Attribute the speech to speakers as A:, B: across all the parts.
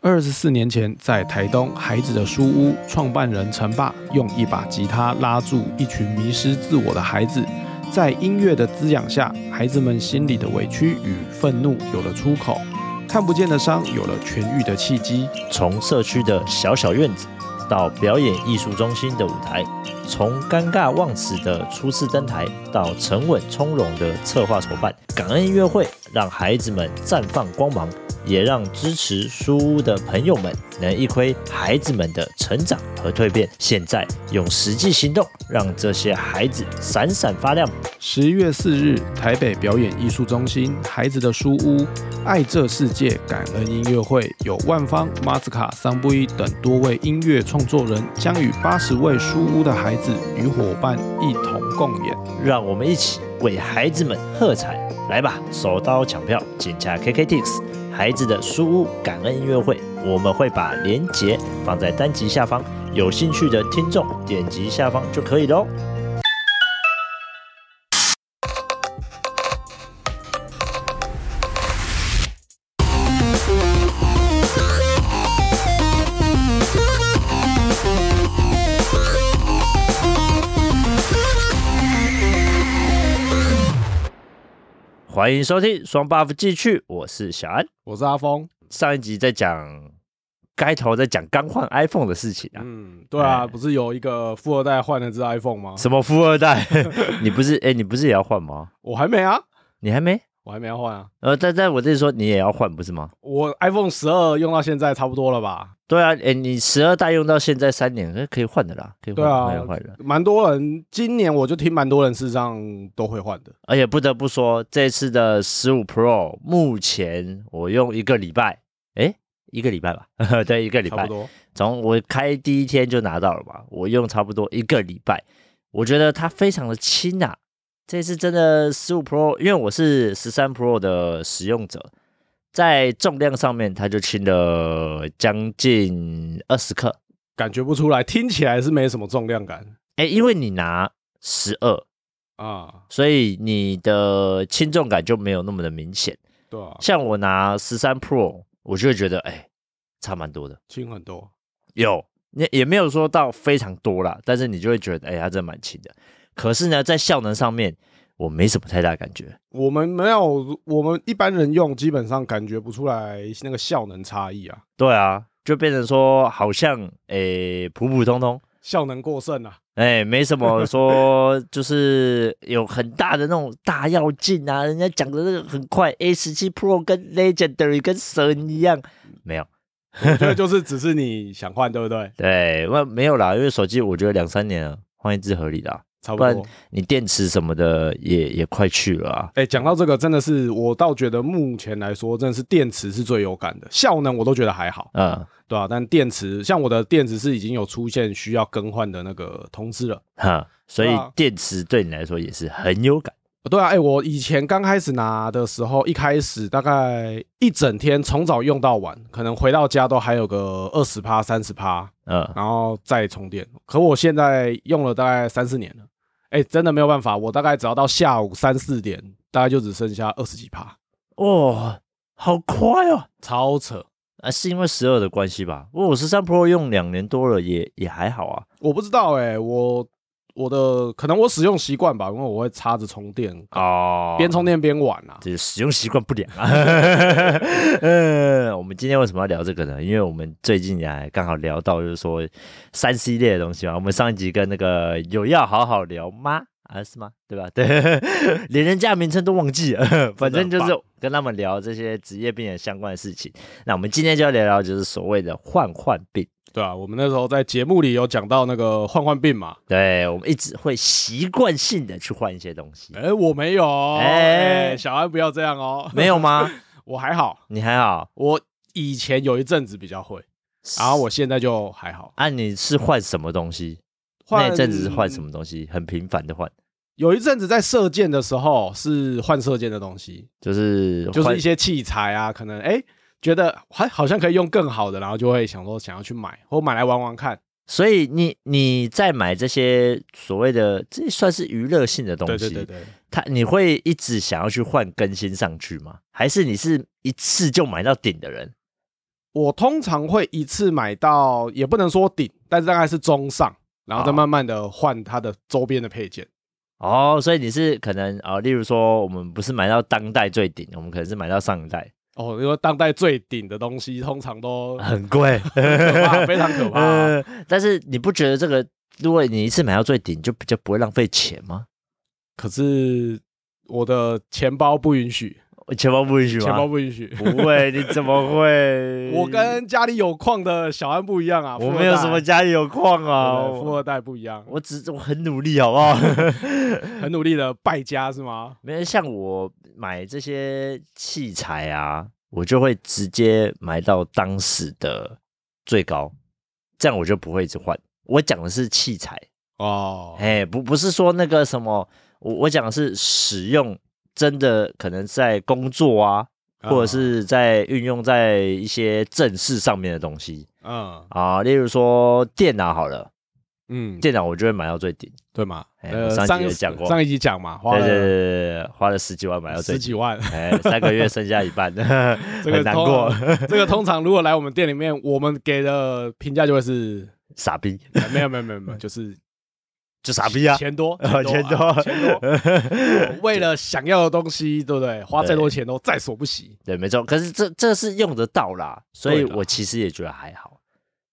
A: 二十四年前，在台东孩子的书屋，创办人陈爸用一把吉他拉住一群迷失自我的孩子，在音乐的滋养下，孩子们心里的委屈与愤怒有了出口，看不见的伤有了痊愈的契机。
B: 从社区的小小院子到表演艺术中心的舞台，从尴尬忘词的初次登台到沉稳从容的策划筹办，感恩音乐会让孩子们绽放光芒，也让支持书屋的朋友们能一窥孩子们的成长和蜕变。现在用实际行动，让这些孩子闪闪发亮。
A: 十一月四日，台北表演艺术中心孩子的书屋“爱这世界感恩音乐会”有万芳、马斯卡、桑布伊等多位音乐创作人将与八十位书屋的孩子与伙伴一同共演。
B: 让我们一起为孩子们喝彩！来吧，手刀抢票，请洽 KKTix 孩子的书屋感恩音乐会，我们会把链接放在单集下方，有兴趣的听众点击下方就可以喽。欢迎收听双 buff 继续，我是小安。
A: 我是阿峰。
B: 上一集在讲开头在讲刚换 iPhone 的事情啊，
A: 嗯，对啊，
B: 哎
A: 不是有一个富二代换了只 iPhone 吗？
B: 什么富二代？ 你不是哎、你不是也要换吗？
A: 我还没啊，
B: 你还没？
A: 我还没要换啊。
B: 呃，但但我这说你也要换不是吗？
A: 我 iPhone 十二用到现在差不多了吧？
B: 对啊，哎、你十二代用到现在三年，呃可以换的啦，可以换
A: 对啊
B: 的，可以换的。
A: 蛮多人，今年我就听蛮多人事实上都会换的。
B: 而且不得不说，这次的十五 Pro 目前我用一个礼拜，哎，一个礼拜吧， 对，一个礼
A: 差不
B: 拜，
A: 多，
B: 从我开第一天就拿到了嘛，我用差不多一个礼拜，我觉得它非常的轻啊。这次真的十五 Pro，因为我是十三 Pro 的使用者，在重量上面它就轻了将近二十克，
A: 感觉不出来，听起来是没什么重量感
B: 哎，因为你拿十二，
A: 啊。
B: 所以你的轻重感就没有那么的明显。
A: 对啊，
B: 像我拿十三 Pro，我就会觉得哎、差蛮多的，
A: 轻很多。
B: 有也也没有说到非常多啦，但是你就会觉得哎、它真的蛮轻的。可是呢，在效能上面，我没什么太大感觉。
A: 我们没有，我们一般人用基本上感觉不出来那个效能差异啊，
B: 对啊，就变成说好像哎、普普通通。
A: 效能过剩 啊。
B: 哎，没什么说，就是有很大的那种大跃进啊，人家讲的那个很快，A 十七 Pro 跟 Legendary 跟神一样，没有，
A: 我觉得就是只是你想换，对不对？
B: 对，那没有啦，因为手机我觉得两三年了，换一只合理啦。
A: 差不
B: 不然
A: 多。
B: 你电池什么的也也快去了啊。
A: 哎，讲到这个，真的是我倒觉得目前来说，真的是电池是最有感的，效能我都觉得还好，
B: 嗯，
A: 对啊，但电池，像我的电池是已经有出现需要更换的那个通知了。
B: 哈，所以
A: 对啊
B: 电池对你来说也是很有感。
A: 对啊，哎、我以前刚开始拿的时候，一开始大概一整天从早用到晚，可能回到家都还有个二十趴、三十趴，
B: 嗯，
A: 然后再充电。可我现在用了大概三四年了，哎、真的没有办法，我大概只要到下午三四点，大概就只剩下二十几趴，
B: 哦，好快哦！
A: 超扯。
B: 啊，是因为十二的关系吧？不过我十三 Pro 用两年多了也，也还好啊。
A: 我不知道、哎，我我的可能我使用习惯吧，因为我会插着充电，
B: 哦
A: 边充，电边玩啊。
B: 这是使用习惯不良啊。 嗯，我们今天为什么要聊这个呢？因为我们最近啊，刚好聊到就是说三 C 类的东西嘛。我们上一集跟那个有要好好聊吗？啊，是吗？对吧？对， 连人家的名称都忘记了，反正就是跟他们聊这些职业病的相关的事情。那我们今天就要聊聊就是所谓的患患病。
A: 对啊，我们那时候在节目里有讲到那个换换病嘛，
B: 对，我们一直会习惯性的去换一些东西，
A: 哎、我没有，
B: 哎
A: 哎、小安不要这样哦。
B: 没有吗？
A: 我还好，
B: 你还好？
A: 我以前有一阵子比较会，然后我现在就还好。
B: 啊，你是换什么东西？
A: 换
B: 那一阵子是换什？么东西？很频繁的换，
A: 有一阵子在射箭的时候是换射箭的东西，
B: 就是
A: 就是
B: 换
A: 一些器材啊，可能哎、觉得还好像可以用更好的，然后就会想说想要去买，或买来玩玩看。
B: 所以你你在买这些所谓的这算是娱乐性的东
A: 对
B: 西，
A: 对对对，
B: 它你会一直想要去换更新上去吗？还是你是一次就买到顶的人？
A: 我通常会一次买到，也不能说顶，但是大概是中上，然后再
B: 好
A: 慢慢的换它的周边的配件。
B: 哦，所以你是可能啊、呃例如说我们不是买到当代最顶，我们可能是买到上一代，
A: 哦，因为当代最顶的东西通常都
B: 很贵，
A: 可怕非常 可怕
B: 呃但是你不觉得这个，如果你一次买到最顶，就比较不会浪费钱吗？
A: 可是我的钱包不允许，
B: 钱包不允许吗？
A: 钱包不允许。 嗯
B: 不会，你怎么会？
A: 我跟家里有矿的小安不一样啊，
B: 我没有什么家里有矿啊，
A: 啊，富
B: 我
A: 二代不一样，
B: 我只我很努力，好不好？
A: 很努力的败家是吗？
B: 没有像我买这些器材啊，我就会直接买到当时的最高，这样我就不会一直换。我讲的是器材，
A: 哦，
B: 哎，不不是说那个什么，我我讲的是使用，真的可能在工作啊，
A: 嗯
B: 或者是在运用在一些正事上面的东西
A: 嗯
B: 啊，例如说电脑好了，
A: 嗯，
B: 电脑我就会买到最顶，
A: 对嘛？
B: 哎
A: 呃，
B: 我上
A: 上
B: 一集有讲过
A: 上一集讲嘛，花
B: 对对对
A: 了
B: 对对，花了十几万买到最
A: 十
B: 顶，
A: 几万。
B: 哎，三个月剩下一 半，
A: 这
B: 很
A: 个
B: 难
A: 通
B: 过，
A: 这个通常如果来我们店里面，我们给的评价就会是
B: 傻逼
A: 呃没有没有没有没 有，就是
B: 就傻逼啊，
A: 钱多
B: 呃钱
A: 多
B: 多
A: 啊钱多， 我为了想要的东西，对不对？花再多钱都在所不惜。
B: 对，没错，可是这这是用得到啦，所以
A: 对啦
B: 我其实也觉得还好。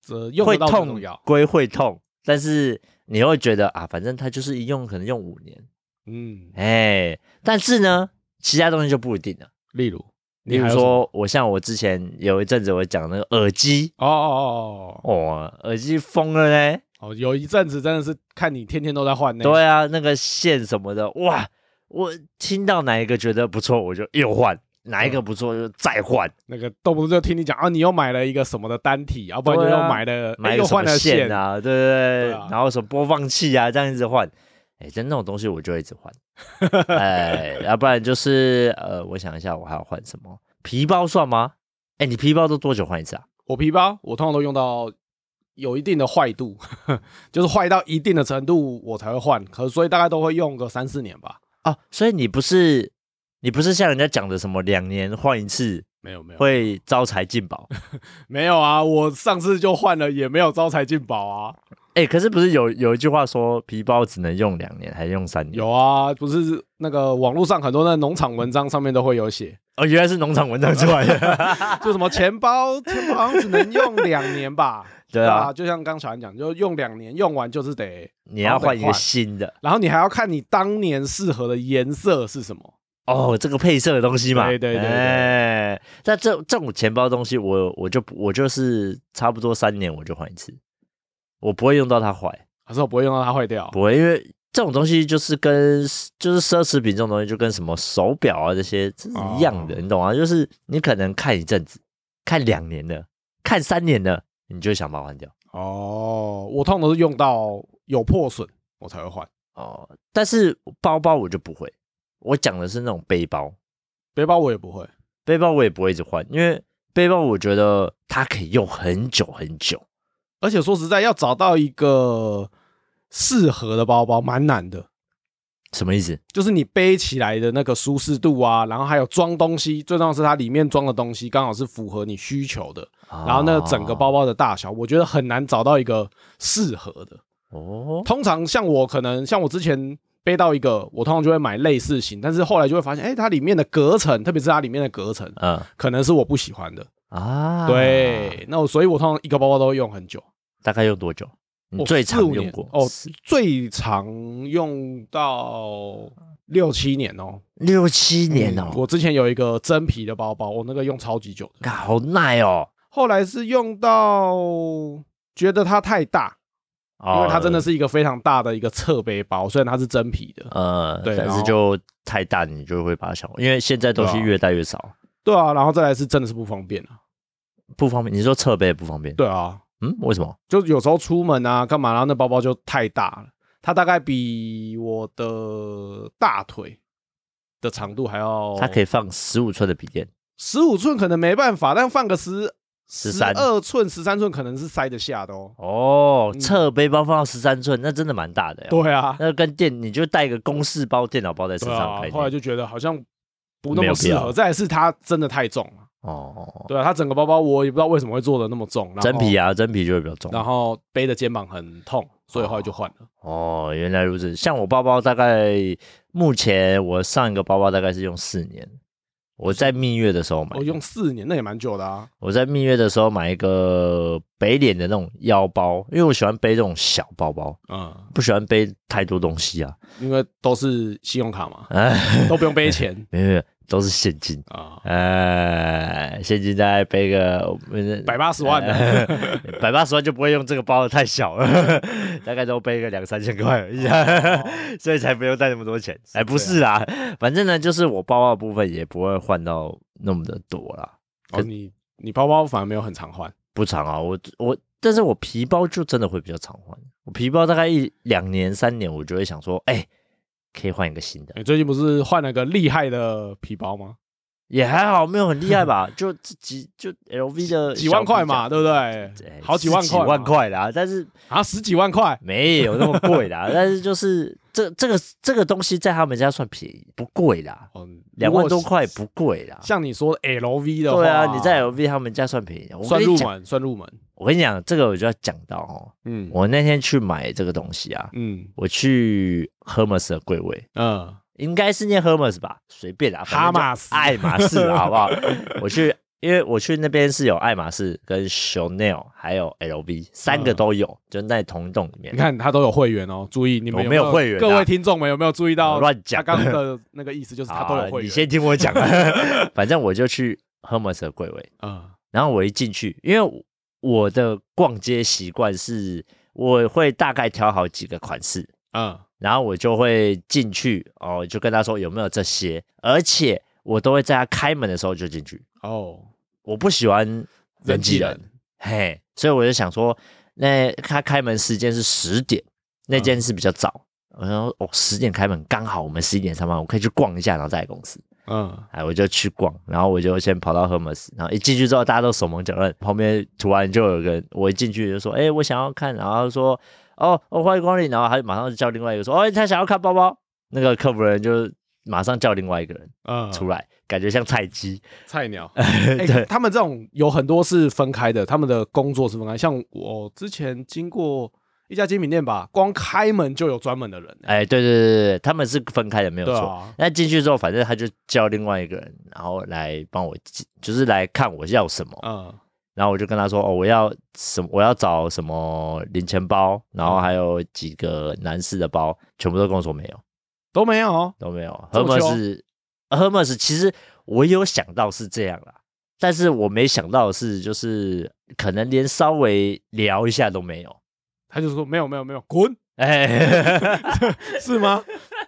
A: 这用
B: 会
A: 得到最重
B: 痛
A: 要。
B: 归会痛，但是你会觉得啊，反正它就是一用可能用五年，
A: 嗯，
B: 哎，但是呢，其他东西就不一定了。
A: 例如，
B: 例如
A: 还有什么，
B: 说，我像我之前有一阵子我讲那个耳机，
A: 哦哦哦
B: 哦，耳机疯了嘞，
A: 哦哦，有一阵子真的是看你天天都在换那，
B: 对啊，那个线什么的，哇，我听到哪一个觉得不错，我就又换。
A: 嗯
B: 哪一个不错就再换，
A: 那个动不动就听你讲啊，你又买了一个什么的单体，要不然
B: 对
A: 就
B: 啊
A: 又买了，哎
B: 买
A: 又
B: 个什
A: 换
B: 么
A: 了
B: 线，啊，对不对？
A: 对啊
B: 然后什么播放器啊，这样一直换。哎，真那种东西我就会一直换。 哎，要不然就是呃，我想一下，我还要换什么？皮包算吗？哎，你皮包都多久换一次啊？
A: 我皮包我通常都用到有一定的坏度， 就是坏到一定的程度我才会换，可所以大概都会用个三四年吧。
B: 哦，所以你不是你不是像人家讲的什么两年换一次
A: 没有没有
B: 会招财进 宝？
A: 没有啊，我上次就换了，也没有招财进宝啊。
B: 哎，可是不是有有一句话说皮包只能用两年，还是用三年？
A: 有啊，不是那个网络上很多那农场文章上面都会有写，
B: 哦，原来是农场文章出来的。
A: 就什么钱包，钱包好像只能用两年吧？
B: 对啊，
A: 就像刚小安讲，就用两年，用完就是得，
B: 你要换一
A: 好
B: 个
A: 得换
B: 新的
A: 然后你还要看你当年适合的颜色是什么。
B: 哦，这个配色的东西嘛，
A: 对对对对
B: 哎，那这这种钱包东西我，我就不我就是差不多三年我就换一次，我不会用到它坏，
A: 可是我不会用到它坏掉。
B: 不会，因为这种东西就是跟就是奢侈品这种东西，就跟什么手表啊这些这是一样的，
A: 哦
B: 你懂吗？就是你可能看一阵子，看两年的，看三年的，你就会想把它换掉
A: 哦，我通常都是用到有破损我才会换，
B: 哦。但是包包我就不会，我讲的是那种背包，
A: 背包我也不会。
B: 背包我也不会一直换，因为背包我觉得它可以用很久很久。
A: 而且说实在，要找到一个适合的包包蛮难的，
B: 什么意思？
A: 就是你背起来的那个舒适度啊，然后还有装东西，最重要的是它里面装的东西刚好是符合你需求的，
B: 啊
A: 然后那整个
B: 哦
A: 包包的大小，我觉得很难找到一个适合的。
B: 哦，
A: 通常像我可能像我之前背到一个，我通常就会买类似型，但是后来就会发现，哎、它里面的隔层，特别是它里面的隔层，
B: 嗯
A: 可能是我不喜欢的。
B: 啊，，
A: 啊对，那我所以，我通常一个包包都会用很久，
B: 大概用多久？你
A: 哦
B: 最
A: 四
B: 长
A: 五
B: 用
A: 年
B: 过
A: 哦
B: 是
A: 最长用到六七年哦。
B: 六七年
A: 嗯
B: 哦，
A: 我之前有一个真皮的包包，我那个用超级久的，
B: 干好耐哦，
A: 后来是用到觉得它太大，因
B: 因
A: 为它真的是一个非常大的一个侧背包，虽然它是真皮的，
B: 呃，
A: 对
B: 但
A: 然
B: 是
A: 后
B: 就太大，你就会把它想，因为现在东西
A: 对啊
B: 越带越少，
A: 对啊，然后再来是真的是不方便啊，
B: 不方便。你说侧背不方便？
A: 对啊，
B: 嗯，为什么？
A: 就有时候出门啊干嘛，然后那包包就太大了，它大概比我的大腿的长度还要，
B: 它可以放十五寸的笔电，
A: 十五寸可能没办法，但放个十
B: 13
A: 二寸、十三寸可能是塞得下的哦。
B: 哦，
A: 嗯
B: 侧背包放到十三寸，那真的蛮大的呀。
A: 对啊，
B: 那跟电你就带一个公事包、电脑包在身
A: 对
B: 上
A: 啊
B: 可以，
A: 后来就觉得好像不那么
B: 没
A: 适
B: 有必要
A: 合，再来是它真的太重了。
B: 哦，
A: 对啊，他整个包包我也不知道为什么会做的那么重，然后
B: 真皮啊，真皮就会比较重。
A: 然后背的肩膀很痛，所以后来就换了。
B: 哦，原来如此。像我包包，大概目前我上一个包包大概是用四年。我在蜜月的时候买
A: 我、
B: 的，
A: 哦用四年，那也蛮久的啊。
B: 我在蜜月的时候买一个北脸的那种腰包，因为我喜欢背这种小包包，
A: 嗯，
B: 不喜欢背太多东西啊。
A: 因为都是信用卡嘛，
B: 哎，
A: 都不用背 钱
B: 没有没有，都是现金。
A: 啊，
B: 哎，现金大概背个
A: 百八十万的。
B: 百八十万就不会用这个包了，太小了， 大概都背个两三千
A: 哦
B: 块而已， 所以才不用带那么多钱。哎，
A: 啊
B: 不是啦，反正呢，就是我包包的部分也不会换到那么的多啦，
A: 哦，你你包包反而没有很常换，
B: 不长啊，我我，但是我皮包就真的会比较常换，我皮包大概一两年三年，我就会想说，哎，可以换一个新的，
A: 你最近不是换了个厉害的皮包吗？
B: 也还好，没有很厉害吧，就几就 LV 的
A: 几万块嘛，
B: 小
A: 对不对
B: 皮夹，哎？
A: 好几万
B: 十
A: 块嘛，
B: 几万块啦，但是
A: 啊，十几万块，
B: 没有那么 贵啦，但是就是这这个这个东西在他们家算便宜，不贵啦，
A: 嗯，
B: 哦两
A: 如
B: 万
A: 果
B: 多块不贵啦。
A: 像你说的 LV 的话，
B: 对啊，你在 LV 他们家算便宜。我
A: 算
B: 跟你
A: 入
B: 讲，
A: 门，算入门，
B: 我跟你讲，这个我就要讲到哦。
A: 嗯
B: 我那天去买这个东西啊，
A: 嗯
B: 我去 Hermes 的柜位，
A: 嗯，
B: 应该是念 Hermes 吧，随便啦，
A: 哈马斯
B: 反正就爱马仕啦，好不好？我去，因为我去那边是有爱马仕、跟 Chanel 还有 LV 三个
A: 嗯
B: 都有，就在同一栋里面
A: 你。看他都有会员哦，注意你们
B: 我没有会员啊
A: 各位听众们有没有注意到
B: 我乱讲
A: 他刚刚 的那个意思就是他都有
B: 好啊
A: 会
B: 你
A: 员，
B: 先听我讲， 反正我就去 Hermes 的柜位，
A: 嗯
B: 然后我一进去，因为我的逛街习惯是我会大概挑好几个款式，
A: 嗯
B: 然后我就会进去哦，就跟他说有没有这些，而且我都会在他开门的时候就进去，
A: 哦，
B: 我不喜欢人挤人，
A: 人
B: 嘿，所以我就想说，那他开门时间是十点，那间是比较早。我想说哦，十点开门刚好我们十一点上班，我可以去逛一下，然后再来公司。
A: 嗯
B: 哎，我就去逛，然后我就先跑到 Hermes，然后一进去之后，大家都手忙脚乱，旁边突然就有个人，我一进去就说，哎、我想要看，然后他说，哦，哦，欢迎光临，然后他就马上就叫另外一个说，哦，他想要看包包，那个客服人就马上叫另外一个人
A: 嗯，
B: 出来，感觉像菜鸡，
A: 菜 鸟，
B: 对
A: 哎，他们这种有很多是分开的，他们的工作是分开，像我之前经过一家精品店吧，光开门就有专门的人，欸
B: 哎、对对对对，他们是分开的，没有
A: 对
B: 错。
A: 啊，
B: 那进去之后，反正他就叫另外一个人，然后来帮我记，就是来看我要什么。
A: 嗯
B: 然后我就跟他说：“哦，我要什么？我要找什么零钱包，然
A: 嗯
B: 后还有几个男士的包，全部都跟我说没有，
A: 都没有哦，
B: 都没有。
A: 这么
B: Hermes Hermes 其实我有想到是这样啦，但是我没想到的是就是可能连稍微聊一下都没有。
A: 他就说没有没有没有，滚，
B: 哎，
A: 是吗？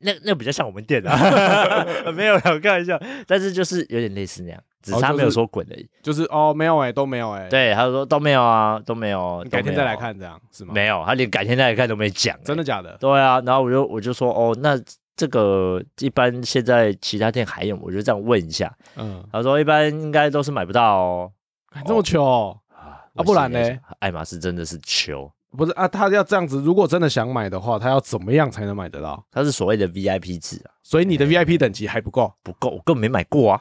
B: 那那比较像我们店啊， 没有啦，我开玩笑，但是就是有点类似那样，只是
A: 哦
B: 他
A: 就是
B: 没有说滚而已。
A: 就是哦，没有哎，都没有哎，，
B: 对，他说都没有啊，都没有，
A: 你改天
B: 都
A: 再
B: 没有啊
A: 来，看这样是吗？
B: 没有，他连改天再来看都没讲、
A: 真
B: 的。
A: 的假的？
B: 对啊，然后我就我就说哦，那这个一般现在其他店还有吗，我就这样问一下。
A: 嗯，
B: 他说一般应该都是买不到哦。
A: 哎这么糗哦、
B: 啊
A: 啊不然？
B: 我
A: 嘞
B: 心里在想爱马仕真的是穷，
A: 不是啊，他要这样子，如果真的想买的话，他要怎么样才能买得到？
B: 它是所谓的 VIP 制啊，
A: 所以你的 VIP 等级还不够
B: 不够，我根本没买过啊，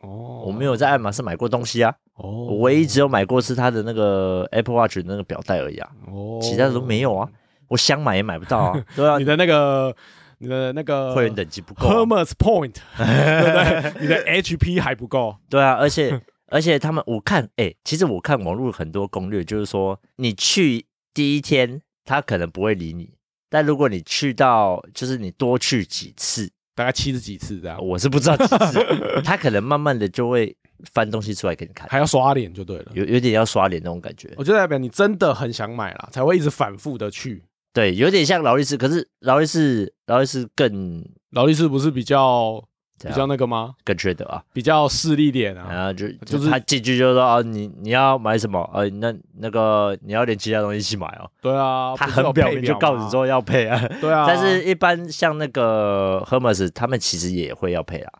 A: 哦
B: 我没有在爱马仕买过东西啊，
A: 哦，
B: 我唯一只有买过是它的那个 Apple Watch 的那个表带而已啊，
A: 哦
B: 其他的都没有啊。，我想买也买不到 啊，对啊
A: 你，的那个，你的那个
B: 会员等级不够啊、
A: Hermes Point，对不对？你的 HP 还不够，
B: 对啊，而且而且他们我看，哎、其实我看网络很多攻略，就是说你去第一天，他可能不会理你。但如果你去到，就是你多去几次，
A: 大概七十几次这样，
B: 我是不知道几次， 他可能慢慢的就会翻东西出来给你看，
A: 还要哦刷脸就对了。
B: 有有点要刷脸那种感觉。
A: 我觉得代表你真的很想买啦，才会一直反复的去。
B: 对，有点像劳力士，可是劳力士劳力士更
A: 劳力士不是比较
B: 怎
A: 比
B: 样
A: 较那个吗？
B: 更缺德啊，
A: 比较势利点啊。
B: 然后就
A: 就
B: 就是是他进去就说啊，你你要买什么？呃，那那个你要连其他东西一起买哦。
A: 对啊，
B: 他
A: 不是有
B: 很表
A: 配
B: 明就
A: 吗
B: 告诉你，说要配啊，
A: 对啊，
B: 但是一般像那个 Hermes，他们其实也会要配啦，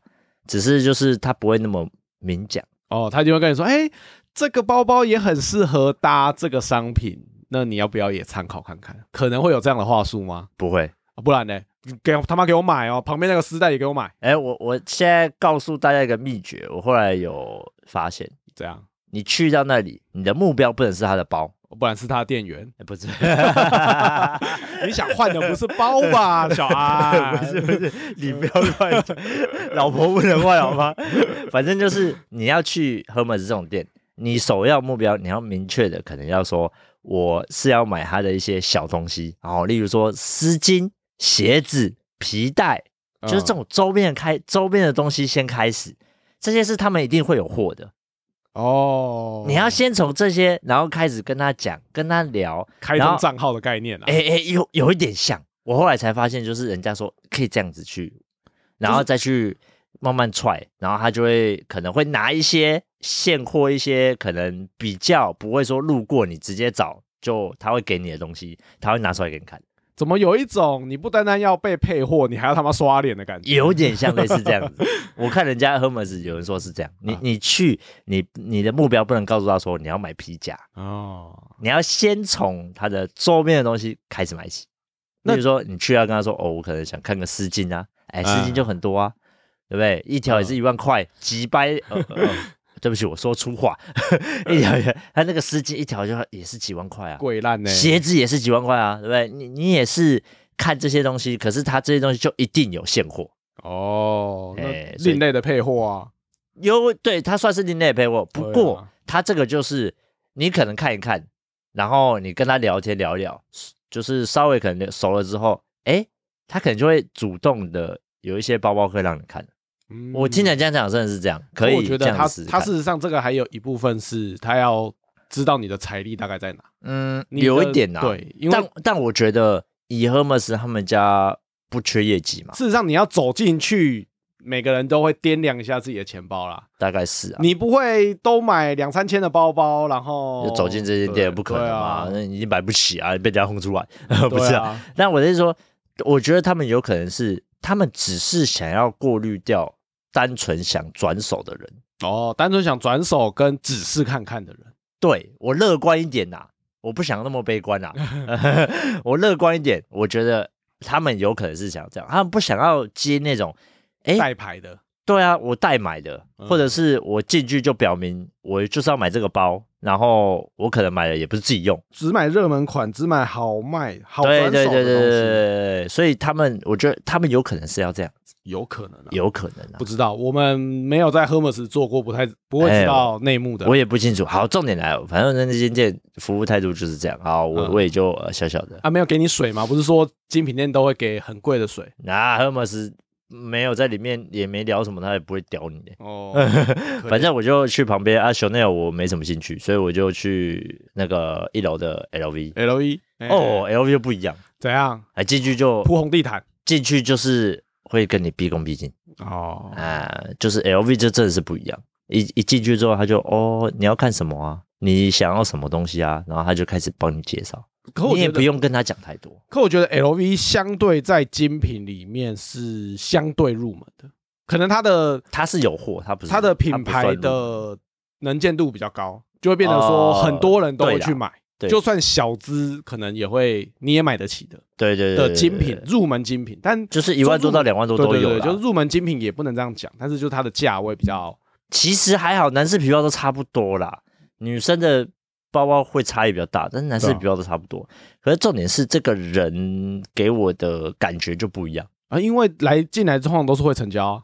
B: 只是就是他不会那么明讲。
A: 哦，他就会跟你说，哎、这个包包也很适合搭这个商品，那你要不要也参考看看？可能会有这样的话术吗？
B: 不会，
A: 啊不然呢？给他妈给我买哦，旁边那个丝带也给我买，
B: 哎、我我现在告诉大家一个秘诀，我后来有发现，
A: 这样，
B: 你去到那里，你的目标不能是他的包，
A: 不然是他的店 员。
B: 哎不是，
A: 你想换的不是包吧，小安？
B: 不是不是，你不要乱讲，老婆不能坏好 吗？反正就是你要去 Hermes 这种店，你首要目标你要明确的，可能要说我是要买它的一些小东西，然后例如说丝巾、鞋子、皮带，就是这
A: 嗯
B: 种周边的开周边的东西先开始，这些是他们一定会有货的。
A: 哦，
B: 你要先从这些，然后开始跟他讲，跟他聊，
A: 开
B: 然
A: 通
B: 后
A: 账号的概念啊
B: 哎、，哎、有有一点像。我后来才发现，就是人家说可以这样子去，然后再去慢慢踹，然后他就会可能会拿一些现货，一些可能比较不会说路过你直接找，就他会给你的东西，他会拿出来给你看，
A: 怎么有一种你不单单要被配货，你还要他妈刷脸的感觉？
B: 有点像类似这样 子。我看人家 Hermes 有人说是这样，你
A: 啊
B: 你去，你你的目标不能告诉他说你要买皮夹，
A: 哦，
B: 你要先从它的周边的东西开始买起。
A: 那
B: 比如说，你去要跟他说，哦，我可能想看个丝巾啊，哎，
A: 嗯
B: 丝巾就很多啊，对不对？一
A: 啊
B: 条也是一万块，几百、呃呃 对不起，我说粗话，一条也，他那个丝巾一条就也是几万块啊，
A: 啊贵烂呢？
B: 鞋子也是几万块啊，对不对？你你也是看这些东西，可是他这些东西就一定有现货，
A: 哦，那
B: 哎所以
A: 另类的配货啊，
B: 有对它算是另类配货，不过、
A: 对啊
B: 它这个就是你可能看一看，然后你跟他聊天聊一聊，就是稍微可能熟了之后，哎，他可能就会主动的有一些包包会让你看。
A: 嗯
B: 我听人家讲真的是这样，可
A: 可我
B: 以
A: 觉
B: 这
A: 得他
B: 样子试试
A: 他
B: 看。
A: 事实上这个还有一部分是他要知道你的财力大概在哪，
B: 嗯
A: 你的
B: 有一点啊，，
A: 对，因
B: 但
A: 为
B: 但我觉得以 Hermes 他们家不缺业绩嘛，
A: 事实上你要走进去。每个人都会掂量一下自己的钱包啦，
B: 大概是啊。
A: 你不会都买两三千的包包，然后
B: 就走进这间
A: 哦对
B: 店也不可能
A: 对
B: 嘛
A: 啊，
B: 那你买不起啊，被人家轰出来， 不
A: 对
B: 是啊？
A: 啊，
B: 但我的意思说，我觉得他们有可能是他们只是想要过滤掉单纯想转手的人。
A: 哦，单纯想转手跟只是看看的人，
B: 对我乐观一点呐、我不想那么悲 观呐、 我乐观一点，我觉得他们有可能是想这样，他们不想要接那种，哎、
A: 代牌的，
B: 对啊，我代买的，
A: 嗯
B: 或者是我进去就表明我就是要买这个包，然后我可能买了也不是自己用。
A: 只买热门款，只买好卖、好转
B: 对
A: 手
B: 对
A: 的
B: 对对对对
A: 东西，
B: 对，所以他们，我觉得他们有可能是要这样，
A: 有可能啊，
B: 有可能啊
A: 不。知道，我们没有在 Hermes 做过，不太不会知道内幕的。
B: 哎我也不清楚。好，重点来了，反正那间店服务态度就是这样。好，我、
A: 嗯
B: 我也就、呃、小小的。
A: 啊，没有给你水吗？不是说精品店都会给很贵的水
B: 那 Hermes 没有在里面，也没聊什么，他也不会屌你的。。
A: 哦
B: 反正我就去旁边啊，Chanel 我没什么兴趣，所以我就去那个一楼的 LV。
A: L 一
B: 哦、l v 就不一样，
A: 怎样
B: 哎，进去就
A: 铺红地毯
B: 进去就是会跟你毕恭毕敬
A: 哦
B: 啊，就是 LV 就真的是不一样。一一进去之后，他就哦，你要看什么啊？你想要什么东西啊？然后他就开始帮你介绍，
A: 可我
B: 你
A: 觉
B: 也
A: 得
B: 不，用跟他讲太多。
A: 可我觉得 L V 相对在精品里面是相对入门的，可能它的
B: 它是有货，它不是
A: 它的
B: 它
A: 品
B: 不算
A: 牌
B: 入
A: 的能见度比较高，就会变成说
B: 哦
A: 很多人都会
B: 对啦
A: 去买，
B: 对
A: 就算小资可能也会你也买得起的。
B: 对对对
A: 的精品，
B: 对对
A: 入门精品，但
B: 就是一万多到两万多
A: 对
B: 都
A: 对
B: 有
A: 对，
B: 啦。
A: 就是入门精品也不能这样讲，但是就是它的价位比较
B: 其实还好，男士皮包都差不多啦，女生的包包会差异比较大，但是男士
A: 对啊
B: 皮包都差不多。可是重点是这个人给我的感觉就不一样。
A: 啊，因为来进来之后都是会成交啊，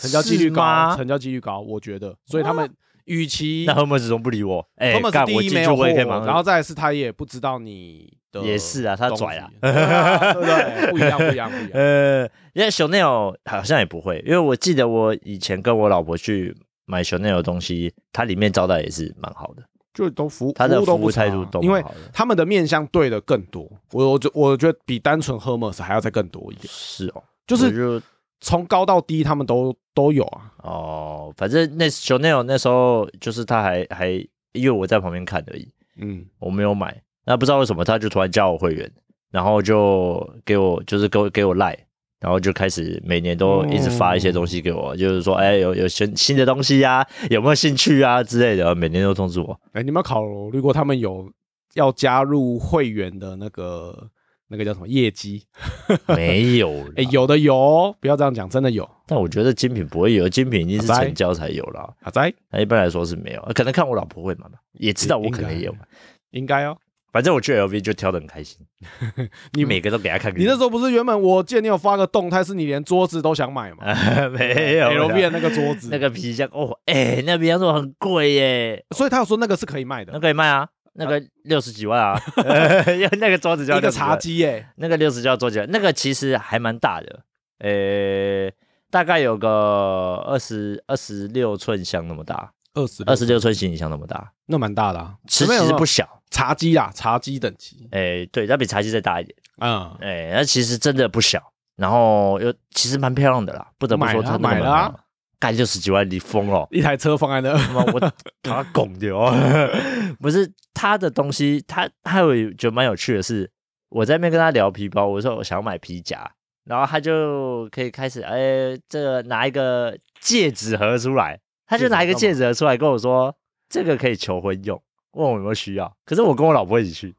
A: 成交几率
B: 是吗啊
A: 高，成交几率高，我觉得，所以他们与其
B: 那 Hermes 怎么不理我？哎、
A: 他们是
B: 干
A: 第
B: 我
A: 一
B: 进
A: 没
B: 去
A: 有货，
B: 我也可以忙。
A: 然后再来是他也不知道你的
B: 也是啊他
A: 东西
B: 拽啊
A: 对啊对不对？不一样，不一样，不一样，
B: 呃，因为 Chanel 好像也不会，因为我记得我以前跟我老婆去买 Chanel 的东西，它里面招待也是蛮好的。
A: 就都服
B: 他的
A: 服务都
B: 服务
A: 不差啊
B: 态度都蛮
A: 因为
B: 好的
A: 他们的面向对的更多，我我觉我觉得比单纯 Hermes 还要再更多一点，
B: 是哦，
A: 就
B: 我
A: 是
B: 就
A: 从高到低他们都都有啊，
B: 哦，反正那 Chanel 那时候就是他还还因为我在旁边看而已，
A: 嗯。
B: 我没有买。那不知道为什么他就突然加我会员，然后就给我就是给我给我赖，然后就开始每年都一直发一
A: 哦
B: 些东西给我，就是说哎有有新新的东西呀、有没有兴趣啊之类的，每年都通知我。
A: 哎、你们有考虑过他们有要加入会员的那个那个叫什么业绩？
B: 没有啦，
A: 哎、有的有哦，不要这样讲，真的有。
B: 但我觉得精品不会有，精品一定是
A: 拜拜
B: 成交才有啦。
A: 阿仔
B: 那一般来说是没有，可能看我老婆会买吧，也知道我可能也有买。
A: 应该哦。
B: 反正我去 LV 就挑的很开心，
A: 你
B: 每个都给他看看。
A: 你那时候不是原本我见你有发个动态，是你连桌子都想买吗
B: 没哎有啦
A: l v 的那个桌子，
B: 那个皮箱哦，哎、那皮箱说很贵耶，
A: 所以他有说那个是可以卖
B: 那
A: 的，
B: 可以卖啊，那个六十几 万啊， 因为那个桌子就要
A: 一个
B: 60几万
A: 茶几耶、
B: 那个六十就要做起来，那个其实还蛮大的，呃、大概有个二十二十六寸箱那么大，
A: 二十
B: 二十六寸行李箱那么大，
A: 那蛮大的啊，
B: 其
A: 有没
B: 实
A: 有
B: 其实不小，
A: 茶几啦，茶几等级，
B: 哎、对，它比茶几再大一点，
A: 嗯，
B: 哎、那其实真的不小，然后又其实蛮漂亮的啦，不得不
A: 买
B: 说
A: 了
B: 它
A: 啊
B: 那个蛮
A: 买了啊
B: 漂亮，干六十几万，你疯了。
A: 一台车放在那，
B: 他妈 我把它拱掉， 不是他的东西，他还有觉得蛮有趣的是，我在那边跟他聊皮包，我说我想要买皮夹，然后他就可以开始，哎、这个拿一个戒指盒出来，他就拿一个戒指盒出来跟我说，这个可以求婚用，问我有没有需要，可是我跟我老婆一起去，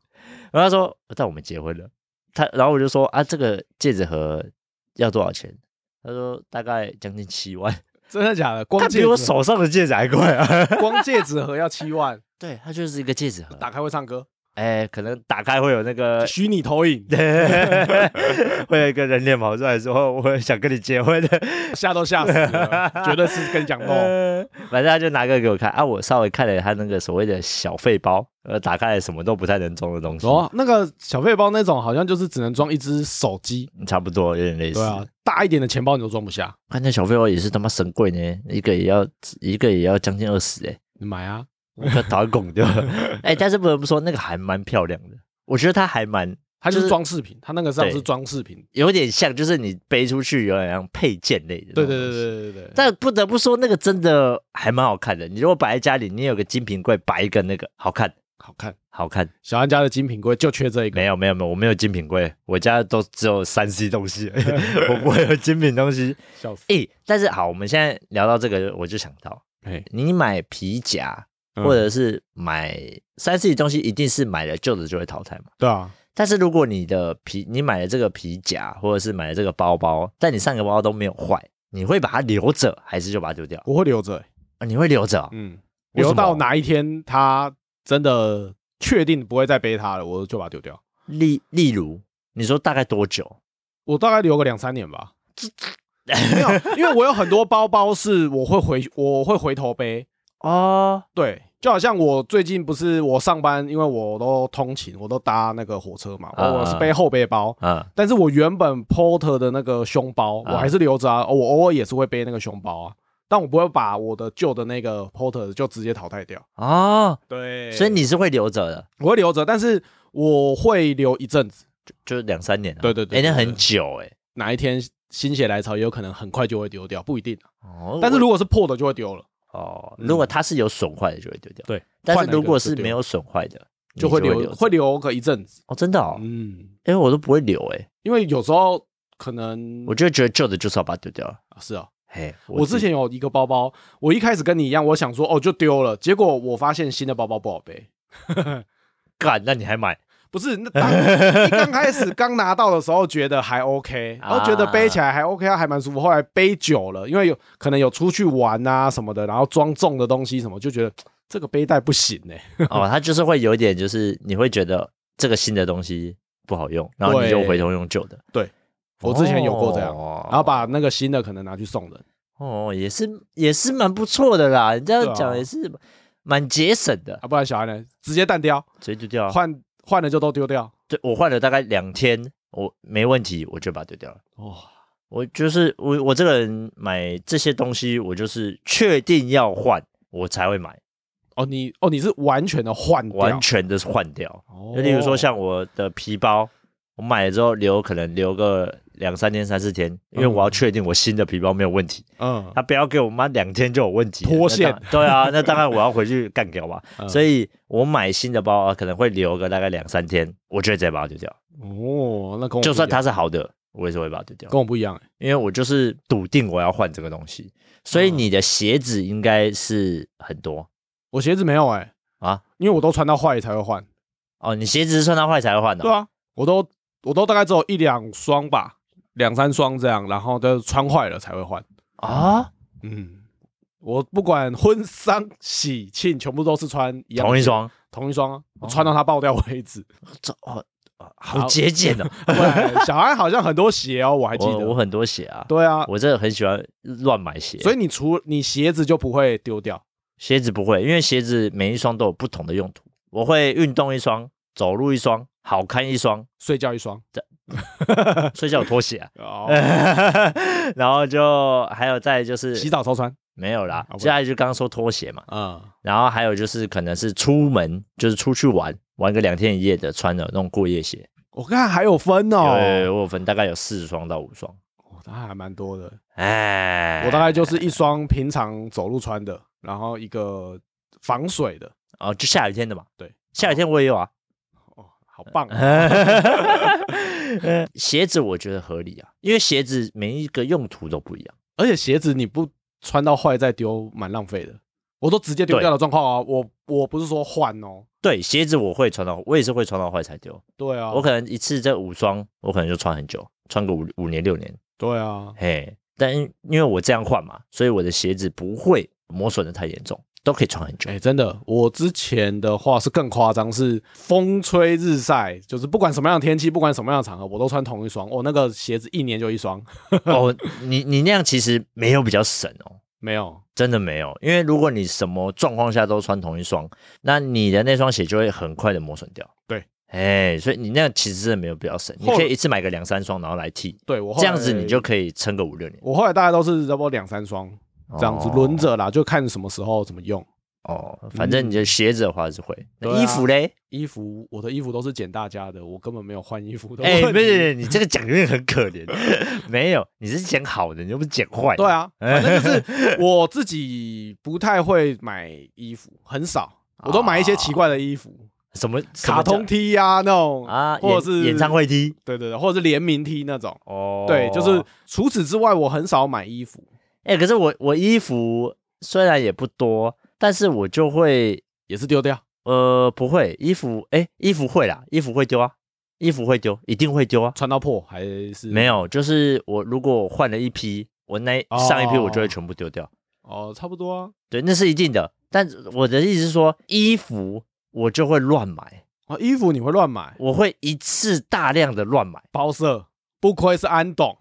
B: 然后他说，但我们结婚了，他然后我就说啊，这个戒指盒要多少钱？他说大概将近七万，
A: 真的假的？光
B: 他
A: 戒
B: 比我
A: 指，
B: 手上的戒指还贵啊！
A: 光戒指盒要七 万，
B: 对，它就是一个戒指盒，
A: 打开会唱歌，
B: 哎、可能打开会有那 个，
A: 虚拟投影，
B: 会有一个人脸跑出来说，我想跟你结婚的，
A: 吓都吓死 了，绝对是跟你讲 no，
B: 呃反正他就拿个给我看啊，我稍微看了他那个所谓的小费包，呃，打开来什么都不太能装的东西，
A: 哦，那个小背包那种好像就是只能装一只手机，
B: 差不多有点类似。
A: 对啊，大一点的钱包你都装不下，
B: 看那小费包也是他妈神贵呢，一个也要一个也要将近二十哎，
A: 你买啊，
B: 我快打拱 掉了。哎、但是不得不说，那个还蛮漂亮的，我觉得它还蛮
A: 它就
B: 就是
A: 是装饰品，它那个上是
B: 对
A: 装饰品，
B: 有点像，就是你背出去有点像配件类的。
A: 对对对。对对对对，
B: 但不得不说，那个真的还蛮好看的。你如果摆在家里，你有个金瓶柜摆一个那个，好看，
A: 好看，
B: 好看。
A: 小安家的精品柜就缺这一个，
B: 没有没有没有，我没有金瓶柜，我家都只有三 C 东西而已，我 不会有精品东西。
A: 笑死，
B: 诶、但是好，我们现在聊到这个，我就想到，
A: 哎，
B: 你买皮夹
A: 嗯
B: 或者是买三 C 东西，一定是买了旧的就会淘汰嘛。
A: 对啊，
B: 但是如果你的皮，你买了这个皮夹，或者是买了这个包包，但你上个包包都没有坏，你会把它留着，还是就把它丢掉？
A: 我会留着，欸
B: 啊你会留着哦、
A: 嗯，
B: 为
A: 留
B: 什么
A: 到哪一天它真的确定不会再背它了，我就把它丢掉。
B: 例例如，你说大概多久？
A: 我大概留个两三年 吧。没有，因为我有很多包包是我会回我会回头背。
B: 哦，
A: 对，就好像我最近不是我上班，因为我都通勤，我都搭那个火车嘛，
B: 啊
A: 我是背后背包。
B: 啊，
A: 但是我原本 Porter 的那个胸包，我
B: 啊
A: 还是留着啊，我偶尔也是会背那个胸包啊，但我不会把我的旧的那个 Porter 就直接淘汰掉。
B: 哦，
A: 对，
B: 所以你是会留着的，
A: 我会留着，但是我会留一阵子，
B: 就两三年、啊。
A: 对对对
B: 哎、那
A: 对对
B: 很久哎、
A: 哪一天心血来潮，有可能很快就会丢掉，不一定。啊
B: 哦
A: 但是
B: 我
A: 如果是破的，就会丢了。
B: 哦，
A: 嗯
B: 如果它是有损坏的，就会丢掉。
A: 对，
B: 但
A: 换
B: 是
A: 了一个
B: 如果
A: 就是丢
B: 没有损坏的，你
A: 就会留
B: 着
A: 会留个一阵子。
B: 哦，真的哦，哎、
A: 嗯，
B: 我都不会留哎、
A: 因为有时候可能
B: 我就觉得旧的就是要把它丢掉了。
A: 啊是啊，
B: 嘿，
A: 我之
B: 自己
A: 前有一个包包，我一开始跟你一样，我想说哦就丢了，结果我发现新的包包不好背。
B: 干，那你 还买？
A: 不是，那当一刚开始刚拿到的时候觉得还 OK，然
B: 啊
A: 后觉得背起来还 OK，啊还蛮舒服。后来背久了，因为有可能有出去玩啊什么的，然后装重的东西什么，就觉得这个背带不行欸呢、
B: 哦，它就是会有一点，就是你会觉得这个新的东西不好用，然后你就
A: 对
B: 回头用旧的。
A: 对，我之前有过这样
B: 哦
A: 然后把那个新的可能拿去送人。
B: 哦，也是也是蛮不错的啦。你这
A: 对啊
B: 样讲也是蛮节省的，
A: 啊，不然小孩呢，直接淡掉，
B: 所以就掉啊。
A: 换换了就都丢掉。
B: 对我换了大概两天，我没问题，我就把它丢掉了。
A: 哦，
B: 我就是我我这个人买这些东西，我就是确定要换，我才会买，
A: 哦，你哦，你是完全的换掉，
B: 完全的换掉。
A: 哦
B: 就例如说像我的皮包，我买了之后留可能留个两三天、三四天，因为我要确定我新的皮包没有问题。
A: 嗯，
B: 他不要给我妈两天就有问题了，
A: 脱线
B: 那当。对啊，那当然我要回去干掉嘛。
A: 嗯
B: 所以我买新的包啊，可能会留个大概两三天，我就会直接把它丢掉。
A: 哦，那跟我不一样
B: 就算它是好的，我也是会把它丢掉，
A: 跟我不一样欸，
B: 因为我就是笃定我要换这个东
A: 嗯
B: 西。所以你的鞋子应该是很多
A: 我鞋子没有哎
B: 啊，
A: 因为我都穿到坏才会换。
B: 哦，你鞋子是穿到坏才会换的哦、
A: 对啊，我都我都大概只有一两双吧，两三双这样，然后都穿坏了才会换。
B: 啊，
A: 嗯，我不管婚丧喜庆，全部都是穿一样的
B: 同一双，哦
A: 同一双啊、我穿到它爆掉为 止。
B: 这哦，好节俭的。
A: 对，小孩好像很多鞋哦，我 还记
B: 我我
A: 得。
B: 很多鞋啊，
A: 对啊，
B: 我真的很喜欢乱买鞋，
A: 所以你除你鞋子就不会丢掉。
B: 鞋子不会，因为鞋子每一双都有不同的用途。我会运动一双，走路一双，好看 一双，
A: 睡觉一双
B: 睡觉有拖鞋 啊。
A: 哦，
B: 然后就还有再就是
A: 洗澡偷穿，
B: 没有啦
A: 啊，不
B: 接下来就刚刚说拖鞋嘛，
A: 嗯，
B: 然后还有就是可能是出门，就是出去玩玩个两天一夜的，穿的那种过夜鞋。
A: 我看还有分
B: 有
A: 哦，
B: 有有我有分大概有四十双到五双。
A: 哦那还蛮多的。
B: 哎，
A: 我大概就是一双平常走路穿的，然后一个防水的，
B: 哦，就下雨天的嘛。
A: 对，
B: 下雨天我也有啊。
A: 哦，好棒哦、
B: 哦 鞋子我觉得合理啊，因为鞋子每一个用途都不一样。
A: 而且鞋子你不穿到坏再丢，蛮浪费的。我都直接丢掉的状况啊，我我不是说换哦，
B: 对，鞋子我会穿到，我也是会穿到坏才丢。
A: 对啊，
B: 我可能一次这五双，我可能就穿很久，穿个五五年六年，
A: 对啊，
B: 嘿。但因因为我这样换嘛，所以我的鞋子不会磨损的太严重，都可以穿很久
A: 哎、。真的，我之前的话是更夸张，是风吹日晒，就是不管什么样的天气，不管什么样的场合，我都穿同一双。我、哦那个鞋子一年就一双，
B: 哦，你你那样其实没有比较省哦，
A: 没有，
B: 真的没有。因为如果你什么状况下都穿同一双，那你的那双鞋就会很快的磨损掉。
A: 对，
B: 哎，所以你那样其实真的没有必要省，你
A: 后
B: 可以一次买个两三双，然后来替，
A: 对我后
B: 这样子
A: 来
B: 你就可以撑个五六年。
A: 我后来大概都是差不多两三双这样子
B: 哦
A: 轮着啦，就看什么时候怎么用。
B: 哦，反正你的鞋子的话是会，
A: 对啊
B: 那衣服嘞？
A: 衣服，我的衣服都是捡大家的，我根本没有换衣服的。
B: 哎，不，是你这个讲有点很可怜， 没有，你是捡好的，你又不是捡坏的。
A: 对，啊，反正就是我自己不太会买衣服，很少，我都买一些奇怪的衣服，
B: 什么什么
A: 卡通 T 啊那种
B: 哦啊，
A: 或
B: 演
A: 者是
B: 演唱，会 T
A: 对对对，或者是联名 T 那种。
B: 哦
A: 对，就是除此之外，我很少买衣服。
B: 哎、可是我我衣服虽然也不多，但是我就会
A: 也是丢掉，
B: 呃不会衣服哎、衣服会啦，衣服会丢啊，衣服会丢，一定会丢啊。
A: 穿到破还是
B: 没有，就是我如果我换了一批，我那
A: 哦
B: 上一批我就会全部丢掉，
A: 哦，差不多啊。
B: 对，那是一定的。但是我的意思是说，衣服我就会乱买，
A: 啊，衣服你会乱买，
B: 我会一次大量的乱买，
A: 包色，不愧是安董。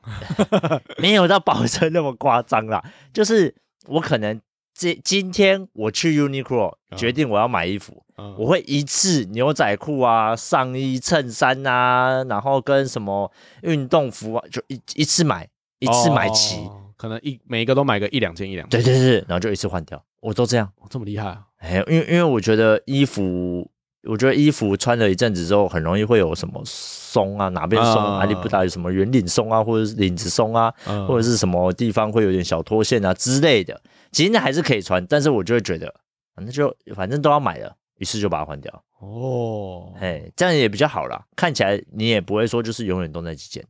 B: 没有到保证那么夸张啦，就是我可能。这今天我去 Uniqlo 决定我要买衣服，
A: 嗯
B: 我会一次牛仔裤啊、上衣、衬衫啊，然后跟什么运动服啊，就一一次买，一次买齐。
A: 哦可能一每一个都买个一两件一两件，
B: 对对对，然后就一次换掉，我都这样。
A: 哦这么厉害啊！
B: 哎，因为因为我觉得衣服，我觉得衣服穿了一阵子之后，很容易会有什么松啊，哪边松
A: 啊
B: 啊，哪里不大有什么圆领松啊，或者是领子松啊，
A: 嗯
B: 或者是什么地方会有点小脱线啊之类的。其实那还是可以穿，但是我就会觉得，反正就反正都要买了，于是就把它换掉。
A: 哦，
B: 哎，这样也比较好啦，看起来你也不会说就是永远都那几件。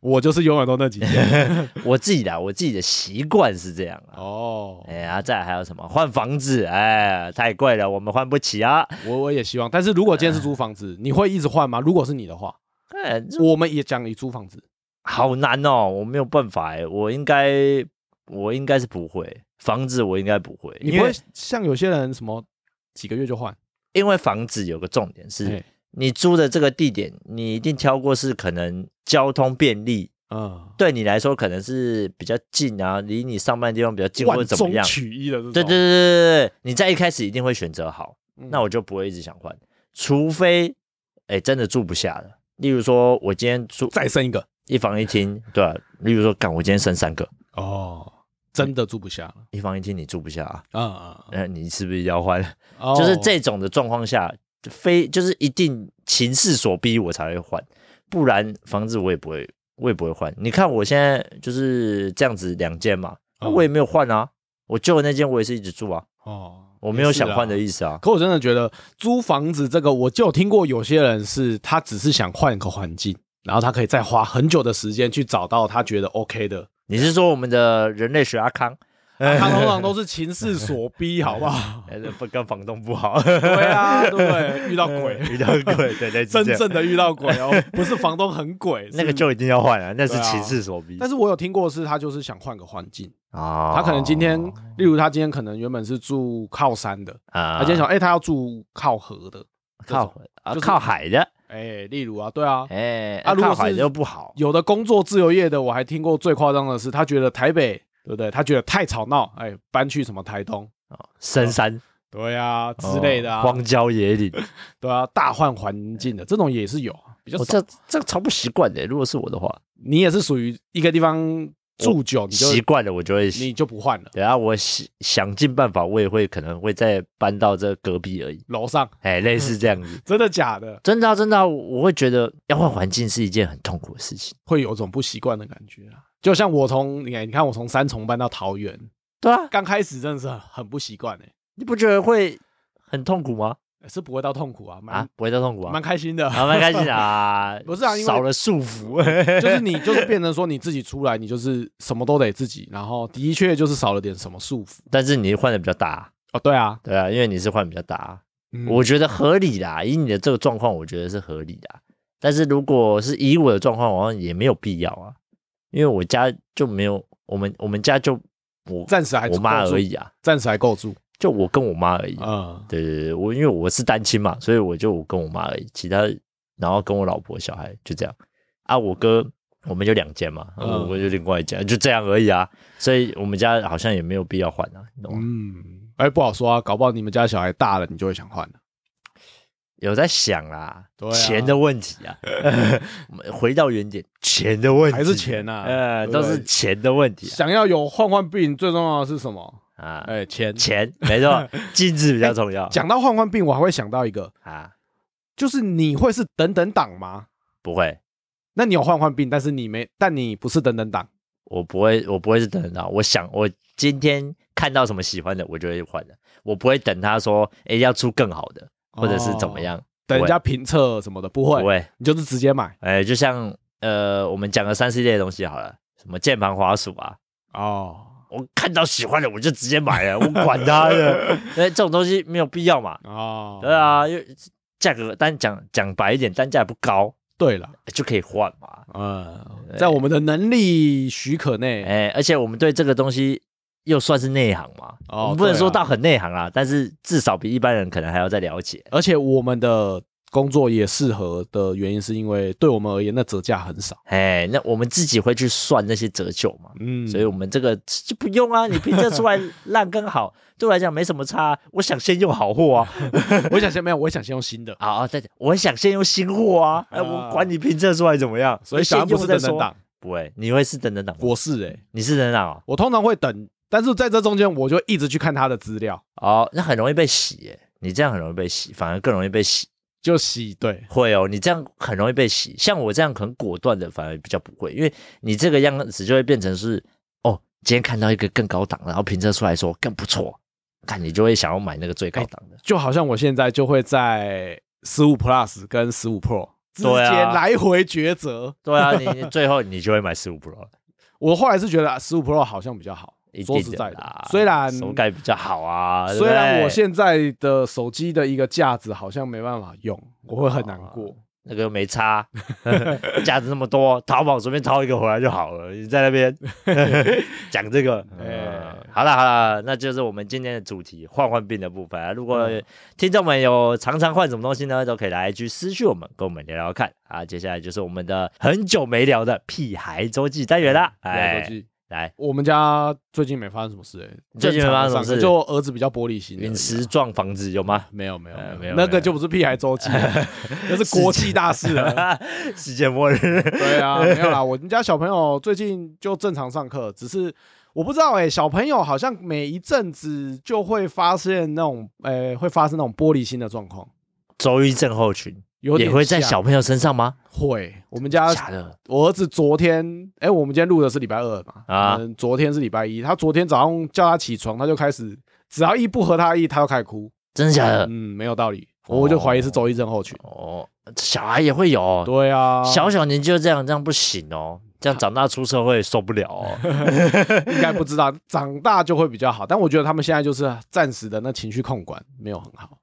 A: 我就是永远都那几 件。
B: 我自己 的我自己的习惯是这样啊。
A: 哦，
B: 哎呀，再来还有什么换房子？哎，太贵了，我们换不起啊。
A: 我我也希望，但是如果今天是租房子，你会一直换吗？如果是你的话，
B: 哎，这
A: 我们也讲你租房子，
B: 好难哦，我没有办法哎，我应该我应该是不会房子，我应该不会，
A: 你
B: 因
A: 不会
B: 为
A: 像有些人什么几个月就换，
B: 因为房子有个重点是
A: 哎，
B: 你租的这个地点，你一定挑过是可能交通便利。
A: 嗯，
B: 对你来说可能是比较近啊，离你上班的地方比较近或者
A: 万
B: 怎么
A: 中
B: 样，
A: 取一的这种。
B: 对对对对对，你在一开始一定会选择好，
A: 嗯，
B: 那我就不会一直想换，除非哎真的住不下了。例如说，我今天住
A: 再生一个
B: 一房一厅，对啊，例如说，干我今天生三个，
A: 哦，真的住不下了，
B: 一房一厅你住不下啊，
A: 嗯嗯嗯
B: 那你是不是要换？
A: 哦
B: 就是这种的状况下，就非就是一定情势所逼我才会换，不然房子我也不会，我也不会换。你看我现在就是这样子两间嘛，那
A: 嗯
B: 我也没有换啊，我旧的那间我也是一直住啊，
A: 哦，
B: 我没有想换的
A: 也是
B: 意思啊
A: 啊。。可我真的觉得租房子这个，我就有听过有些人是他只是想换个环境，然后他可以再花很久的时间去找到他觉得 OK 的。
B: 你是说我们的人类学阿康？
A: 他通 常都是情势所逼，好不好？
B: 哎不跟房东不好，，
A: 对啊，对不 对？遇到鬼
B: 遇到鬼，对对，
A: 真
B: 嗯是这样
A: 正的遇到鬼 哦，不是房东很鬼，
B: 那个
A: 是
B: 就一定要换啊，那
A: 对
B: 是
A: 啊
B: 情势所逼
A: 但是我有听过的是，他就是想换个环境，
B: 啊
A: 他可能今天，例如他今天可能原本是住靠山的，他
B: 啊，
A: 今天想，哎，他要住靠河的，
B: 靠啊
A: 就是
B: 靠海的，
A: 哎，例如啊，对啊，
B: 哎，
A: 啊
B: 啊
A: 如果
B: 靠海
A: 是
B: 的又不好，
A: 有的工作自由业的，我还听过最夸张的是，他觉得台北，对不对？他觉得太吵闹，哎，搬去什么台东，
B: 深山
A: 对啊之类的
B: 哦
A: 啊，
B: 荒郊野岭，
A: 对啊，大换环境的这种也是有啊，比较
B: 我
A: 少。
B: 这这个超不习惯的。如果是我的话，
A: 你也是属于一个地方住久，你就
B: 习惯了我就会
A: 你就不换了，
B: 对啊，我想想尽办法，我也会可能会再搬到这隔壁而已，
A: 楼上。
B: 哎，类似这样子
A: 真的假的，
B: 真的啊、真的啊、我我会觉得要换环境是一件很痛苦的事情。
A: 会有种不习惯的感觉啊。就像我从你看，你看我从三重搬到桃园，
B: 对啊，
A: 刚开始真的是很不习惯哎，
B: 你不觉得会很痛苦吗？
A: 是不会到痛苦啊，蛮
B: 啊，不会到痛苦啊
A: 蛮，开心的，
B: 啊，蛮开心的啊
A: 。不是啊因为嗯
B: 少了束缚，
A: 就是你就是变成说你自己出来，你就是什么都得自己，然后的确就是少了点什么束缚
B: 但是你换的比较大，
A: 哦，对啊，
B: 对啊，因为你是换比较大，
A: 嗯
B: 我觉得合理啦。以你的这个状况，我觉得是合理的。但是如果是以我的状况，好像也没有必要啊，因为我家就没有，我们我们家就我
A: 暂时还
B: 我妈
A: 够住
B: 而，已啊，
A: 暂时还够住，
B: 就我跟我妈而已。啊
A: 嗯，
B: 对对对，我因为我是单亲嘛，所以我就我跟我妈而已，其他然后跟我老婆小孩就这样啊。我哥我们就两间嘛，啊
A: 嗯
B: 我我就另外一间，就这样而已啊。所以我们家好像也没有必要换啊，你懂吗？
A: 嗯，哎，不好说啊，搞不好你们家小孩大了，你就会想换了。
B: 有在想啦，
A: 对啊
B: 钱的问题啊， 我们回到原点，钱的问题
A: 还是钱啊
B: 呃，
A: 对不
B: 都
A: 对
B: 是钱的问题
A: 想要有换换病，最重要的是什么？
B: 啊啊，
A: 哎，钱。
B: 钱没 错，金子比较重要
A: 讲到换换病，我还会想到一个，
B: 啊，
A: 就是你会是等等党吗？
B: 不会，
A: 那你有换换病，但是你没，但你不是等等党，
B: 我不会，我不会是等得到。我想，我今天看到什么喜欢的，我就会换的。我不会等他说，哎、要出更好的，或者是怎么样，
A: 等人
B: 不会
A: 家评测什么的，不
B: 不
A: 哦会，
B: 会。
A: 你就是直接买
B: 哎、就像呃，我们讲个三 C 类的东西好了，什么键盘、滑鼠啊，
A: 哦
B: 我看到喜欢的我就直接买了，我管他 的。哎，这种东西没有必要嘛。
A: 哦，
B: 对啊，因为价格单讲讲白一点，单价也不高，
A: 对了，
B: 就可以换嘛。
A: 呃，在我们的能力许可内，
B: 哎、而且我们对这个东西又算是内行嘛，
A: 哦
B: 我们不能
A: 对啊
B: 说到很内行啦，但是至少比一般人可能还要再了解。
A: 而且我们的工作也适合的原因，是因为对我们而言，那折价很少，
B: 哎，那我们自己会去算那些折旧嘛，
A: 嗯，
B: 所以我们这个就不用啊，你评测出来烂跟好，对我来讲没什么差。啊我想先用好货啊，
A: 我想先没有，我想先用 新的，
B: 啊啊，对，我想先用新货啊，哎，我管你评测出来怎么样，
A: 所以小
B: 先
A: 安不
B: 用
A: 是
B: 再
A: 等等
B: 说。
A: 党，
B: 不会，你会是等等党吗，
A: 我是哎、
B: 你是等等党哦
A: 我通常会等，但是在这中间我就一直去看他的资料，
B: 哦，那很容易被洗耶，你这样很容易被洗，反而更容易被洗。
A: 就洗对，
B: 会哦，你这样很容易被洗。像我这样很果断的，反而比较不会，因为你这个样子就会变成是哦，今天看到一个更高档，然后评测出来说更不错，看你就会想要买那个最高档的。
A: 就好像我现在就会在十五 Plus 跟十五 Pro 之
B: 对啊
A: 间来回抉择。
B: 对 啊，你你最后你就会买十五 Pro 了，
A: 我后来是觉得啊十五 Pro 好像比较好
B: 一，
A: 说
B: 定
A: 实在
B: 啦
A: 的，虽然
B: 啊手感比较好啊。对不
A: 虽然
B: 对
A: 我现在的手机的一个架子好像没办法用，我会很难过。
B: 那个没差， 价值那么多，淘宝随便淘一个回来就好了。你在 那边讲这个，
A: 哎
B: 嗯好了好了，那就是我们今天的主题换换病的部分啊。如果
A: 嗯
B: 听众们有常常换什么东西呢，都可以来去私讯我们，跟我们聊聊看啊。接下来就是我们的很久没聊的屁孩周记单元啦。
A: 对手
B: 哎，
A: 机，
B: 来，
A: 我近，我们家最近没发生什么事哎，
B: 最近没发生什么事
A: 正常的上课就儿子比较玻璃心而已啊，
B: 陨石撞房子有吗？
A: 没有没有
B: 呃
A: 没
B: 没
A: 有，
B: 有
A: 那
B: 没
A: 个
B: 有
A: 就不是屁孩周记 了，那是国际大事啊了。
B: 世界末日
A: 对啊，没有啦，我们家小朋友最近就正常上课，只是我不知道哎、小朋友好像每一阵子就会发现那种，呃、会发生那种玻璃心的状况，
B: 周一症候群
A: 有点
B: 也会在
A: 像啊
B: 小朋友身上吗？
A: 会。我们家
B: 假的
A: 我儿子昨天，哎、我们今天录的是礼拜二嘛，
B: 啊
A: 嗯，昨天是礼拜一，他昨天早上叫他起床，他就开始只要一不合他意，他就开始哭，
B: 真的假的？
A: 嗯，没有道理，我就怀疑是周一症候群。
B: 哦，小孩也会有哦，
A: 对啊，
B: 小小年纪就这样，这样不行哦。这样长大出社会受不了 哦。
A: 应该不知道，长大就会比较好。但我觉得他们现在就是暂时的那情绪控管没有很好。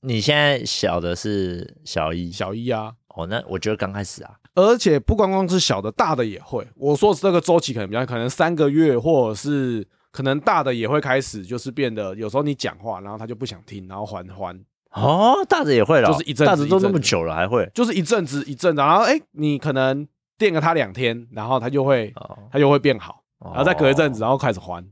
B: 你现在小的是小一，
A: 小一啊，
B: 哦，那我觉得刚开始啊，
A: 而且不光光是小的，大的也会。我说的是这个周期可能比较，可能三个月，或者是可能大的也会开始，就是变得有时候你讲话，然后他就不想听，然后还还，
B: 哦，大的也会了，
A: 就是一阵子
B: 大的都那
A: 一阵
B: 么
A: 子
B: 久了还会
A: 就是一阵子一阵子，然后哎、你可能垫个他两天，然后他就会
B: 哦，
A: 他就会变好，然后再隔一阵子，
B: 哦，
A: 然后开始还。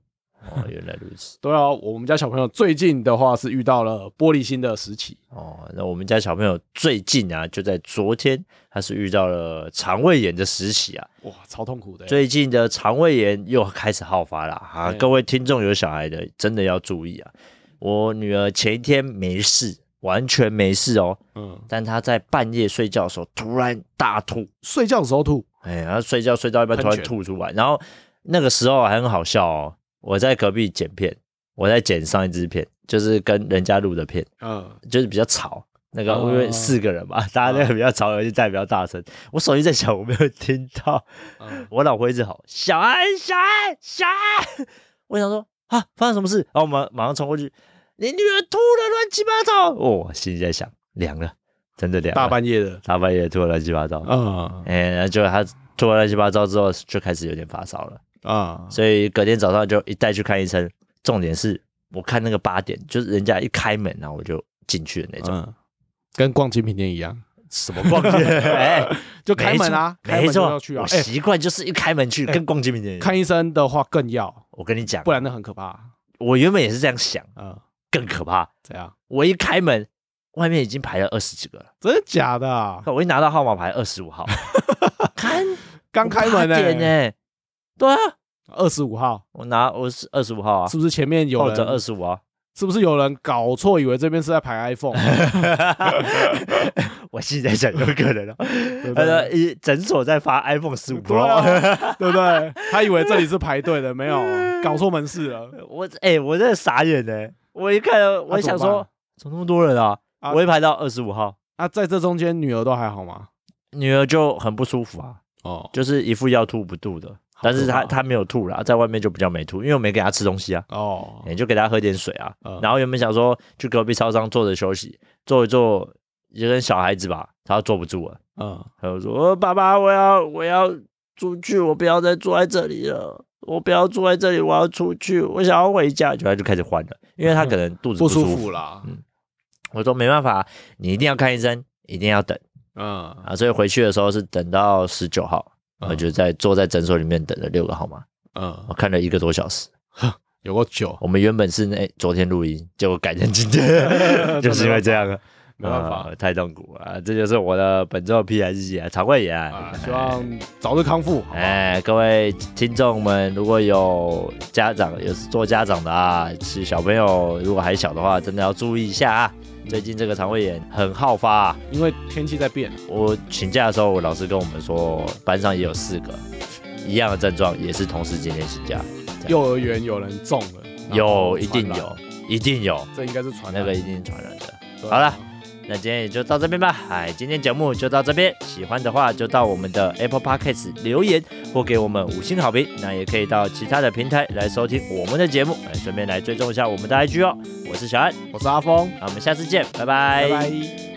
B: 哦，原来如此，
A: 对啊，我们家小朋友最近的话是遇到了玻璃心的时期，
B: 哦，那我们家小朋友最近啊，就在昨天，他是遇到了肠胃炎的时期啊，
A: 哇，超痛苦的。欸
B: 最近的肠胃炎又开始好发了啊！
A: 对
B: 各位听众有小孩的，真的要注意啊！我女儿前一天没事，完全没事哦，
A: 嗯，
B: 但她在半夜睡觉的时候突然大吐，
A: 睡觉的时候吐，
B: 哎，她睡觉睡到一半突
A: 喷
B: 然
A: 泉
B: 吐出来，然后那个时候还很好笑哦，我在隔壁剪片，我在剪上一支片，就是跟人家录的片，
A: 嗯，
B: 就是比较吵。那个
A: 哦
B: 因为四个人嘛，大家那个比较吵，而且带比较大声。我手机在响，我没有听到。
A: 嗯
B: 我老婆一直吼：“小安，小安，小安！”我想说啊，发生什么事？然后我们马上冲过去，你女儿吐了，乱七八糟！哦，我心里在想，凉了，真的凉了，
A: 大半夜的，
B: 大半夜吐了乱七八糟。
A: 嗯
B: 哎、然后就她吐了乱七八糟之后，就开始有点发烧了，
A: 啊，
B: 所以隔天早上就一带去看医生。重点是我看那个八点，就是人家一开门，然后我就进去的那种。
A: 嗯，跟逛精品店一样，
B: 什么逛街？ 哎、
A: 就开门啊，
B: 没
A: 开
B: 错没
A: 门就
B: 错，
A: 要去啊
B: 我。
A: 哎，
B: 习惯就是一开门去，跟逛街名店一样。
A: 看医生的话更要，
B: 我跟你讲
A: 不，然那很可怕。
B: 我原本也是这样想，
A: 嗯，
B: 更可怕。
A: 怎样？
B: 我一开门，外面已经排了二十几个了。
A: 真的假的啊？
B: 我一拿到号码牌二十五号，看
A: 刚开门
B: 呢、
A: 呢，
B: 欸，对啊，
A: 二十五号，
B: 我拿我是二十五号啊，
A: 是不是前面有
B: 抱着
A: 人
B: 二？十 五啊，
A: 是不是有人搞错，以为这边是在排 iPhone？
B: 我现在想有可能哦。
A: 对不
B: 他说
A: 对？
B: 一诊所在发 iPhone 十五
A: 对
B: Pro，
A: 啊，对不对？他以为这里是排队的，没有搞错门市了。
B: 我哎、我真的傻眼呢、我一看，我想
A: 怎么
B: 说
A: 办，
B: 怎么那么多人啊？
A: 啊
B: 我一排到二十五号，
A: 啊，在这中间，女儿都还好吗？
B: 女儿就很不舒服啊，
A: 哦，
B: 就是一副要吐不吐的，
A: 好可怕
B: 但是她她没有吐啦，在外面就比较没吐，因为我没给她吃东西啊，
A: 哦，
B: 也就给她喝点水啊。
A: 嗯
B: 然后原本想说去隔壁超商坐着休息，坐一坐，也跟小孩子吧，她坐不住了，
A: 嗯，
B: 她就说：“哦、爸爸，我要我要出去，我不要再坐在这里了。”我不要坐在这里，我要出去，我想要回家。就她就开始换了，因为她可能肚子
A: 嗯不
B: 舒
A: 舒服啦。
B: 我说没办法，你一定要看医生，一定要等
A: 嗯，
B: 啊。所以回去的时候是等到十九号，
A: 嗯
B: 我就在坐在诊所里面等了六个号码，
A: 嗯
B: 我，看了一个多小时。
A: 有过酒，
B: 我们原本是那、诶昨天录音，结果改成今 天， 就是因为这样啊，
A: 没办法
B: 啊太痛苦了、啊。这就是我的本周的 P S 季啊，肠胃炎啊
A: 啊，希望早日康复，好不好
B: 哎，各位听众们，如果有家长有做家长的啊，是小朋友如果还小的话，真的要注意一下啊。最近这个肠胃炎很好发、啊，
A: 因为天气在变，
B: 我请假的时候，我老师跟我们说，班上也有四个一样的症状，也是同时今天请假，
A: 幼儿园有人中了，然后
B: 有一定
A: 传染，
B: 有，一定有，
A: 这应该是传
B: 那
A: 染
B: 个一定传染的。
A: 对啊
B: 好了那今天也就到这边吧，哎，今天节目就到这边，喜欢的话就到我们的 Apple Podcast 留言或给我们五星好评，那也可以到其他的平台来收听我们的节目，哎，顺便来追踪一下我们的 IG 哦。我是小安，
A: 我是阿峰，
B: 那我们下次见，
A: 拜拜。